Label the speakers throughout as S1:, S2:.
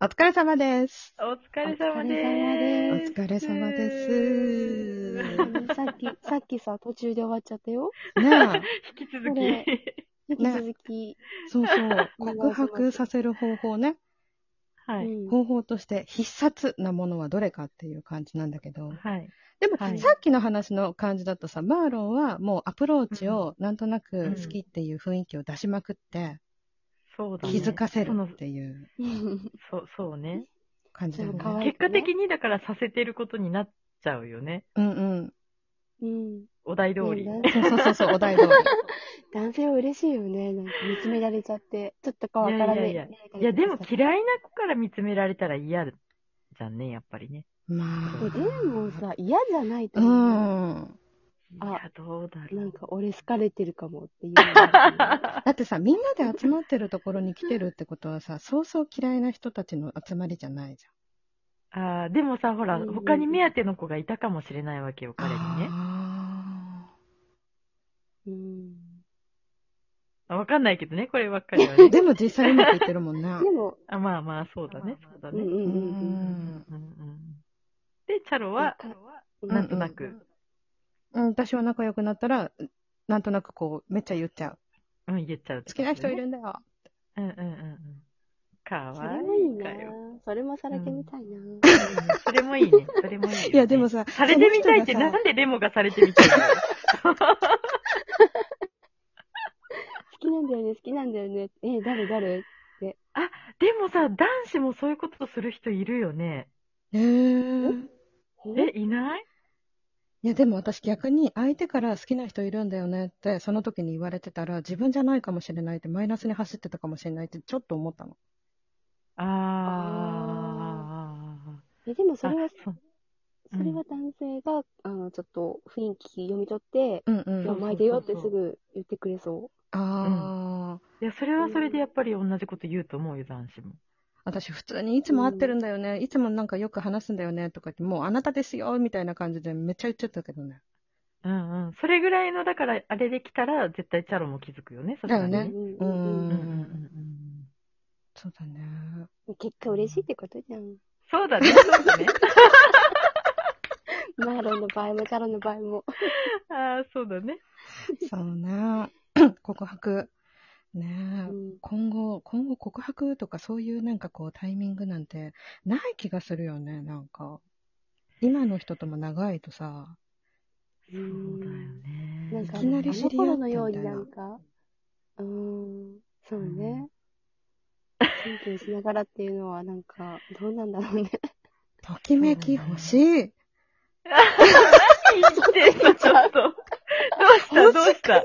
S1: お疲れ様です。
S2: お疲れ様で
S1: お
S2: す。
S1: 疲れ様です。ね
S3: さ っき、さっきさ、途中で終わっちゃったよ。
S1: え、
S2: 引き続
S3: こ
S2: き。
S3: れ引き
S1: ね
S3: 続き。
S1: そうそう、告白させる方法ね。
S2: は
S3: う
S2: い。
S3: ん
S1: 方法として必殺なものはどれかっていう感じなんだけど。
S2: はい。
S1: でも、
S2: はい
S1: さっきの話の感じだとさ、マーロンはもうアプローチをなんとなく好きっていう雰囲気を出しまくって、
S2: そうだね。
S1: 気づかせる
S2: その
S1: っていう
S2: そう、そうね。
S1: 感じだよ
S3: その可
S1: ね。
S3: 愛い
S2: 結果的にだからさせてることになっちゃうよね。
S1: うんうん。
S3: うん。
S2: お題通り。
S3: ね
S1: そうそうそうそう、お題通り。
S3: 男性は嬉しいよね。なんか見つめられちゃって。ちょっとかわからない。
S2: いやいや、でも嫌いな子から見つめられたら嫌じゃんね、やっぱりね。
S1: ま
S3: え
S1: あ。
S3: でもさ、嫌じゃないと
S1: う
S3: 思う。
S1: ん。
S3: あ
S2: いや、どうだろ
S3: な。
S2: うん
S3: か俺好かれてるかもっていうのがあ
S1: だってさ、みんなで集まってるところに来てるってことはさ、そうそう嫌いな人たちの集まりじゃないじ
S2: ああ、でもさ、ほら、
S3: うん
S2: 他に目当ての子がいたかもしれないわけよ、
S1: ゃん。
S2: 彼にね。
S1: あ
S3: るよね。
S2: あわかんないけどね、こればっかりは
S1: ー
S2: ね。
S1: でも実際うまくいってるもんね。
S3: うん。でも、
S2: あまあまあ、そうだね、そうだ
S3: うんう
S2: ね。
S3: んうん
S1: う
S3: うん。
S1: ん
S2: うんうんで、チャロは、
S3: うん
S2: なんとなく、
S1: うん、私は仲良くなったら、なんとなくこう、めっちゃ言っちゃう。
S2: うん、言っちゃう、
S1: 好きな人い。るんだよ。
S2: うんうんうんうん。か
S3: そ
S2: わ
S3: れもい
S2: い
S3: い
S2: い
S3: な
S2: かよ。。
S3: それもさらけみたいな。
S2: それもいいね。それもいいよね、
S1: いや、でもさ、
S2: されてみたいって
S1: その人
S2: な
S1: がさ
S2: んでレモがされてみたいの
S3: 好きなんだよね、好きなんだよね。え、誰誰
S2: でもさ、男子もそういうことする人いるよね。
S1: へー
S2: え、いない
S1: いや、でも私逆に相手から好きな人いるんだよねって、その時に言われてたら、自分じゃないかもしれないって、マイナスに走ってたかもしれないって、ちょっと思ったの。
S2: あー。
S3: え、でもそれは
S2: あ、そう
S3: それは男性が、あの、ちょっと雰囲気読み取って、
S1: うんう
S3: い
S1: ん。
S3: や
S1: あ
S2: そう
S3: 巻いてよってすぐ言ってくれそ
S1: あー。
S2: いや、それはそれでやっぱり同じこと言うと思うよ、男子も。
S1: 私、普通にいつも会ってるんだよね、いつもなんかよく話すんだよねとか言って、もうあなたですよみたいな感じでめっちゃ言っちゃったけどね。
S2: うんうん。それぐらいの、だから、あれできたら、絶対チャロも気づくよね、さすがに
S3: う。
S1: だよ
S2: ね
S1: ね。
S3: ん
S1: う
S3: う
S2: う
S3: ん
S2: んうんんうんうん。
S1: そうだね。
S3: ん。結果嬉しいってことじゃん。
S2: そうだね、そうだね。
S3: マーロンの場合も、チャロの場合も。
S2: ああ、そうだね。
S1: そう ね。告白。ねえ、
S3: うん
S1: 今後、今後告白とかそういうなんかこうタイミングなんてない気がするよね、なんか。今の人とも長いとさ、
S3: う
S2: そうんだよね。
S3: なんか、
S1: い
S3: あ
S1: きなり知り
S3: の
S1: 合っ
S3: 頃
S1: て
S3: の
S1: みたいな
S3: ようになんか、うーん、そうね。キュンキュンしながらっていうのは、なんか、どうなんだろうね。
S1: ときめき欲しい。
S2: 何言ってんの、ちょっと。どうした、どうした。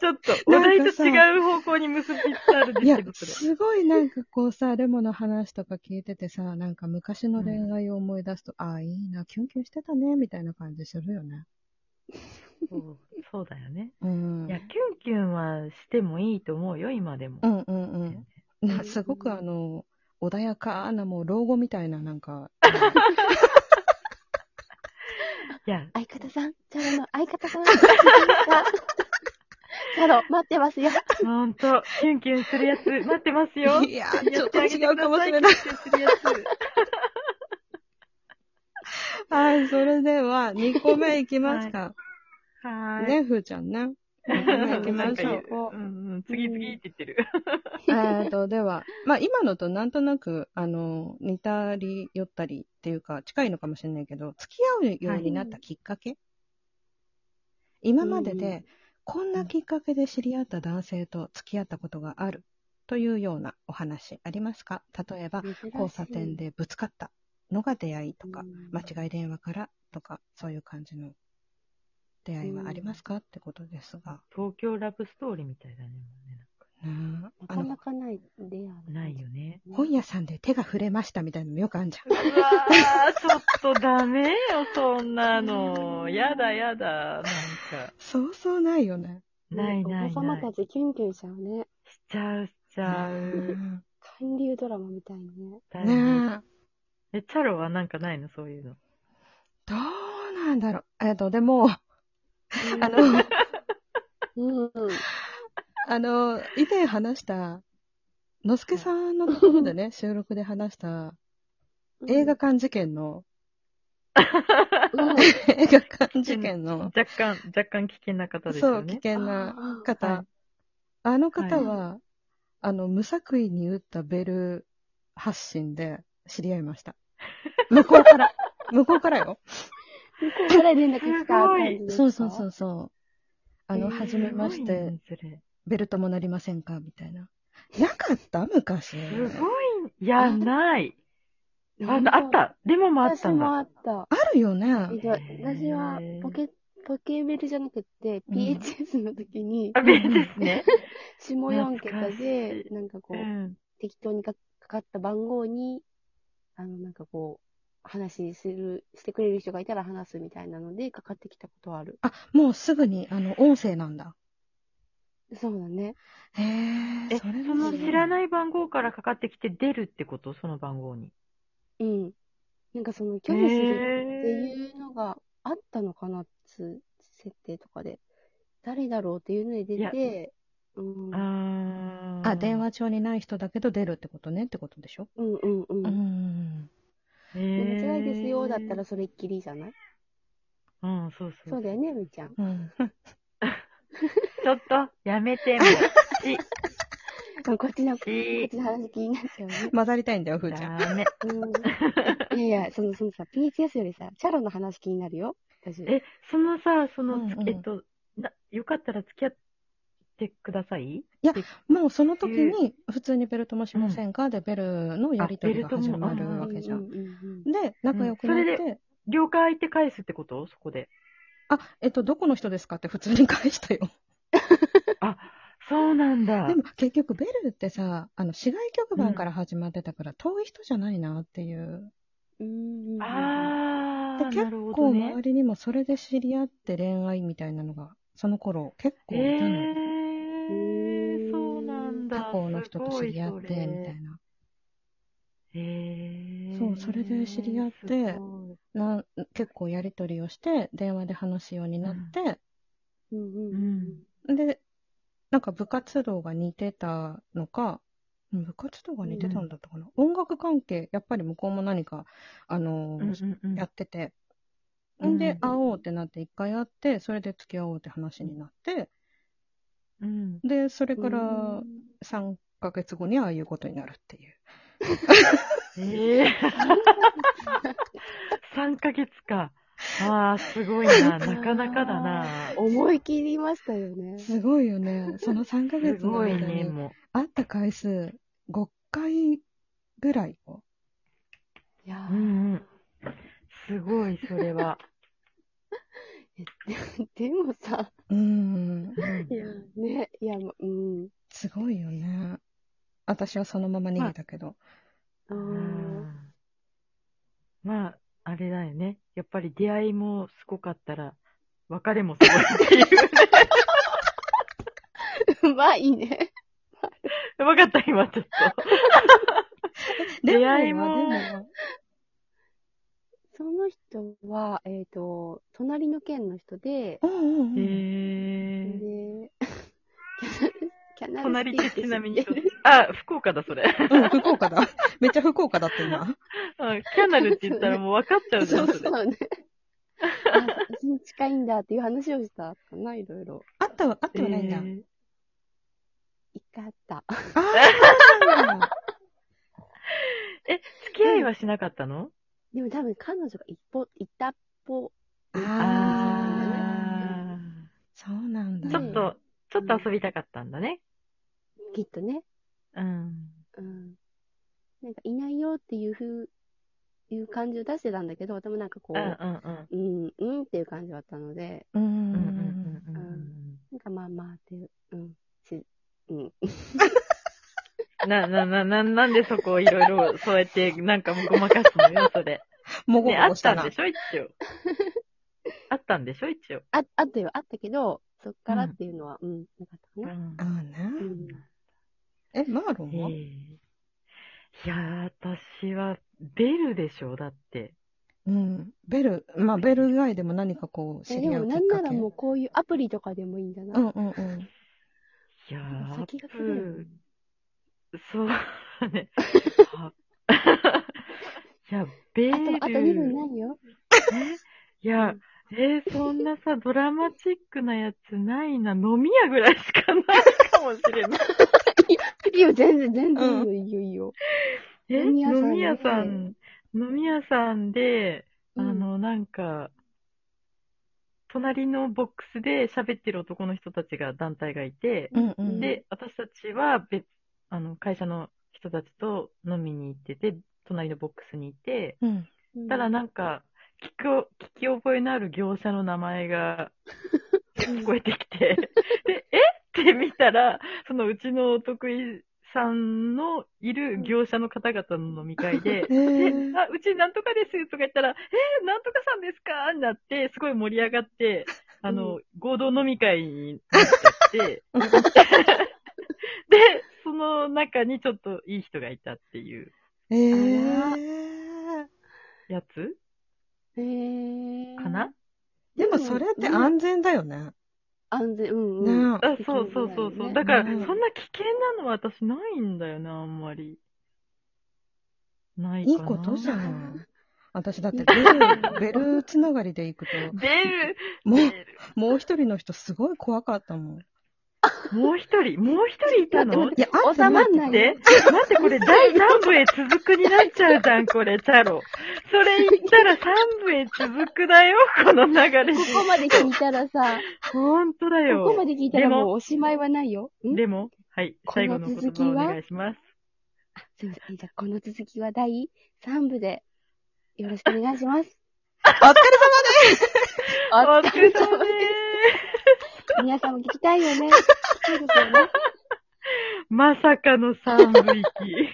S2: ちょっと、お題
S1: なんか
S2: と
S1: さ
S2: 違う方向に結びつつあるんで
S1: い
S2: す
S1: や
S2: けど、、それ。
S1: すごいなんかこうさ、レモの話とか聞いててさ、なんか昔の恋愛を思い出すと、ああ、いいな、キュンキュンしてたね、みたいな感じするよね。
S2: そうそうだよね。
S1: うん。
S2: いや、キュンキュンはしてもいいと思うよ、今でも
S1: う。んうんうん。
S3: ん
S1: な すごくあの、穏やかな、もう老後みたいな、なんか、
S2: いや、
S3: 相方さん、チャロの相方さん、チャロ、待ってますよ。
S2: ほんと、キュンキュンするやつ、待ってますよ。
S1: いや、ちょっと
S2: やてあげて
S1: 違うかもしれ
S2: くだ
S1: ない。
S2: さキュンキュンするやつ。
S1: はい、それで は、2個目いきますか。
S2: はーい。
S1: ね、ふーちゃんね。二個目いきましょう。
S2: うんうん、次々って言ってる。
S1: えーと、で は、まあ今のとなんとなく、あの、似たり寄ったりっていうか、近いのかもしれないけど、付き合うようになったきっかけ、今まで
S3: うんう
S1: で、こんなきっかけで知り合った男性と付き合ったことがあるというようなお話ありますか例えば、交差点でぶつかったのが出会いとか、間違い電話からとか、そういう感じの出会いはありますかってことですが、
S2: 東京ラブストーリーみたいだね。もうね
S1: ねえ
S3: な
S1: あ
S3: かな
S1: の、
S3: かない出会い。
S2: ないよね。
S1: 本屋さんで手が触れましたみたいなのよくあるじゃん。
S2: うわー、ちょっとダメよ、そんなの。やだやだ、なんか。
S1: そうそうないよね。
S2: ないない
S3: お子様
S2: ない。
S3: たちキュンキュンしちゃうね。
S2: しちゃうしちゃう。
S3: 韓流ドラマみたいにね。
S2: だね
S1: ねえ。
S2: え、チャロはなんかないの、そういうの。
S1: どうなんだろう。えっと、で も、あ の、
S3: うん。
S1: あ の、以前話した、のすけさんのところでね、収録で話した、
S3: うん
S1: 映画館事件の、
S3: う ん
S1: 映画館事件の、
S2: 若干、若干危険な方です
S1: そ
S2: よ
S1: う、危
S2: ね。
S1: 険な方、
S2: はい
S1: あの方は、あの、無作為に打ったベル発信で知り合いました。向こうから、向こうからよ。
S3: 向こうから連絡来た
S2: すご
S3: 感
S2: い
S3: じですか
S1: そうそうそうそう。あの、
S3: えー
S1: 初めまして、
S2: すごいね
S1: ベルトもなりませんかみたいな。なかった昔。
S2: それすごい、いや、ない。あ、あっ。た。レモンもあっ
S3: 私
S2: たん
S3: も
S2: だ。
S3: あった。
S1: あるよね。
S3: えっと私はポケ、ポケベルじゃなくて、
S1: うん
S3: PHS の時に、
S2: あ、別ですね。
S3: 下4桁
S2: 懐
S3: で
S2: かし、
S3: なんかこ
S2: う
S3: う、
S2: ん。
S3: 適当にかかかった番号に、あの、なんかこう、話する、してくれる人がいたら話すみたいなので、かかってきたことある。
S1: あ、もうすぐに、あの、音声なんだ。
S3: そうだね。
S1: へえ
S2: え、
S1: そ
S2: そ
S1: れ
S2: の知ら
S1: い。
S2: ない番号からかかってきて出るってことその番号に。
S3: うん。なんかその、
S2: へ
S3: 拒否するっ
S2: え。
S3: ていうのがあったのかな、つ設定とかで。誰だろうっていうので
S2: い
S3: 出
S2: や
S3: て、うん、うん
S2: あー
S1: あ、電。話帳にない人だけど出るってことねってことでしょ
S3: うんうん。
S1: う
S3: で
S1: ん。
S2: へ
S3: 間違い
S2: ー
S3: ですよ、だったらそれっきりじゃない
S2: うん、そうそう。
S3: そうだよね、みーちゃん。
S1: うん。
S2: ちょっと、やめ ても。し、
S3: こっちの、こっ
S2: し、
S3: ちの話気になっちゃうね。
S1: 混ざりたいんだよ、ふーちゃん。
S2: ダメ。
S3: うんいやいや、その、そのさ、PHS よりさ、チャロの話気になるよ。私。
S2: え、そのさ、その、
S1: うんうん
S2: えっとな、よかったら付き合ってください
S1: もうその時に、普通にベルトもしませんか、で、ベルのやりとりが始まるわけじゃ。
S3: うんんうんうん
S1: で、仲良くなっ
S2: うんそ
S1: て、
S2: 了解って返すってことそこで。
S1: あ、えっと、どこの人ですかって普通に返したよ。
S2: あ、そうなんだ。
S1: でも結局、ベルってさ、あの、市外局番から始まってたから、遠い人じゃないなっていう。
S3: うんうん。
S2: あ
S1: で
S2: ー、な
S1: 結
S2: るほ
S1: 構
S2: どね
S1: 周。りにもそれで知り合って恋愛みたいなのが、その頃結構
S2: え
S1: いたのよ。
S2: ー、そうなんだ。
S1: 他校の人と知り合って、みたい
S2: な。
S1: な。
S2: えー、
S1: そうそれで知り合って
S2: すごい
S1: なん結構やりとりをして、電話で話すようになって、
S3: うんうんう
S2: うん
S3: ん。
S1: で、なんか部活動が似てたのか、うん部活動が似てたんだったかな、音楽関係、やっぱり向こうも何か、あの
S2: う
S1: ー
S2: んうんうん
S1: やってて、
S2: うん
S1: んで、会おうってなって、一回会って、それで付き合おうって話になって、
S2: うん。
S1: で、それか
S3: う
S1: ら
S3: ん
S1: 3ヶ月後にああいうことになるっていう。
S2: ええ三3ヶ月か。ああ、すごいな。なかなかだな。
S3: 思い切りましたよね。
S1: すごいよね。その3ヶ
S2: す
S1: 月の
S2: ごい
S1: 間
S2: ね、
S1: に、
S2: も
S1: 会った回数5回ぐらいを
S3: いや
S2: う。うんうん。すごい、それは。
S3: ー、でもさ、
S1: うん。
S2: うん
S3: いや、ね、いや、うん。
S1: すごいよね。私はそのまま逃げたけど。
S3: あ
S2: う
S3: ー
S2: んまあ、あれだよね。やっぱり出会いもすごかったら、別れもすごいっていう。
S3: う まいね。
S2: わかった、今ちょっ
S1: で
S2: 出会いも
S1: でも
S3: その人は、えっ、と、隣の県の人で、
S1: うんうんうん
S2: と。えー。
S3: で、 キャナルキャナル
S2: 隣ってちなみに
S3: ステーって知ってる、
S2: あ、福岡だ、それ。
S1: うん、福岡だ。 めっちゃ福岡だって今。
S2: うんキャナルって言ったらもう分かっちゃうじゃん、それ。
S3: そうね。あ、私に近いんだっていう話をしたかな、いろいろ。
S1: あったは、あってはないんだ。
S2: えー
S3: 一回あった。
S1: あ
S2: 付き合いはしなかったの
S3: でも多分彼女が一歩、いたっぽ、
S1: あ。
S2: あ
S1: そうなんだ、
S2: ー
S1: ね。
S2: ちょっと、ちょっと遊びたかったんだね。
S3: きっとね。
S2: うん。
S3: うん。なんかいないよっていうふう、いう感じを出してたんだけど、でもなんかこ
S2: うんうん
S3: う、
S2: うん。
S3: うん、うんっていう感じだったので、
S1: う
S2: うん
S1: ん
S2: う
S1: うん
S2: うん
S1: ん
S2: うん
S3: なんかまあまあっていう、うん、し、う
S2: う
S3: ん。
S2: ん。な、な、な、な、なんでそこをいろいろ、そうやって、なんかもうごまかすのよ、それ。
S1: うん。もご
S2: ね、
S1: も
S2: あ
S1: ご
S2: っ
S1: したたな。
S2: んでしょ、一応。 あったんでしょ、一応。
S3: あ、あったよ、あったけど、そっからっていうのは、うん、なかったかな。
S1: ああね。
S3: うん
S1: え、マーロ
S2: え
S1: ンは
S2: ーいやー、私は、ベルでしょ、だって。
S1: うん。ベル、まあ、ベル以外でも何かこう、知
S3: えで
S1: り合
S3: も
S1: うきっ
S3: なんな
S1: かけ。
S3: らもうこういうアプリとかでもいいんじゃな
S1: う
S3: い、
S1: んうんうん。
S2: いやー、
S3: 先が来る
S2: そうね。あいや、ドラマチックなやつないな。飲み屋ぐらいしかないかもしれない。
S3: いいよ、全然、全然いいうよ、いいよ、いいよ。
S2: え
S3: 飲み屋さん
S2: 飲み屋さん、飲み屋さんで、あ
S3: うん、
S2: の、なんか、隣のボックスで喋ってる男の人たちが団体がいて、
S1: うんうん。
S2: で、私たちは別、あの、会社の人たちと飲みに行ってて、隣のボックスにいて、
S1: うん。
S3: うん
S2: ただなんか、聞く、聞き覚えのある業者の名前が聞こえてきて、で、えって見たら、そのうちのお得意さんのいる業者の方々の飲み会で、
S1: え
S2: で
S1: ー、
S2: あ、うちなんとかですとか言ったら、えー、なんとかさんですかになって、すごい盛り上がって、あの、合同飲み会になっちゃ って、で、その中にちょっといい人がいたっていう
S1: えー。
S2: やつ
S3: へー
S2: かな、
S1: でもそれって安全だよね。
S3: 安全、うん
S1: ね
S3: うん。
S1: え
S2: あそうそうそうそう。だ
S3: だ
S2: から、
S1: う
S2: そ
S1: ん
S2: んな危険なのは私ないんだよな、あんまり。ないかな。
S1: いいことじゃ
S2: ん。
S1: ん。私だってベル、ベルつながりで行くと、
S2: 出る
S1: もう
S2: 出、る
S1: もう一人の人すごい怖かったもん。
S2: もう一人、もう一人いたの
S1: いや、あん
S3: 収
S1: た
S3: ま
S1: 待
S3: んな
S2: っ
S3: い
S2: て、待って、これ第3部へ続くになっちゃうじゃん、これ、チャロ。それ言ったら3部へ続くだよ、この流れ。
S3: ここまで聞いたらさ、
S2: ほんとだよ。
S3: ここまで聞いたらもうおしまいはないよ。ん
S2: でも、はい、最後の言葉をお願いします。
S3: すいません。じゃあ、この続きは第3部で、よろしくお願いします。お
S2: お疲
S3: 疲
S2: れ
S3: れ様です。
S2: 様でー
S3: 皆さんも聞きたいよね。そうですよね。
S2: す。まさかの3部行き。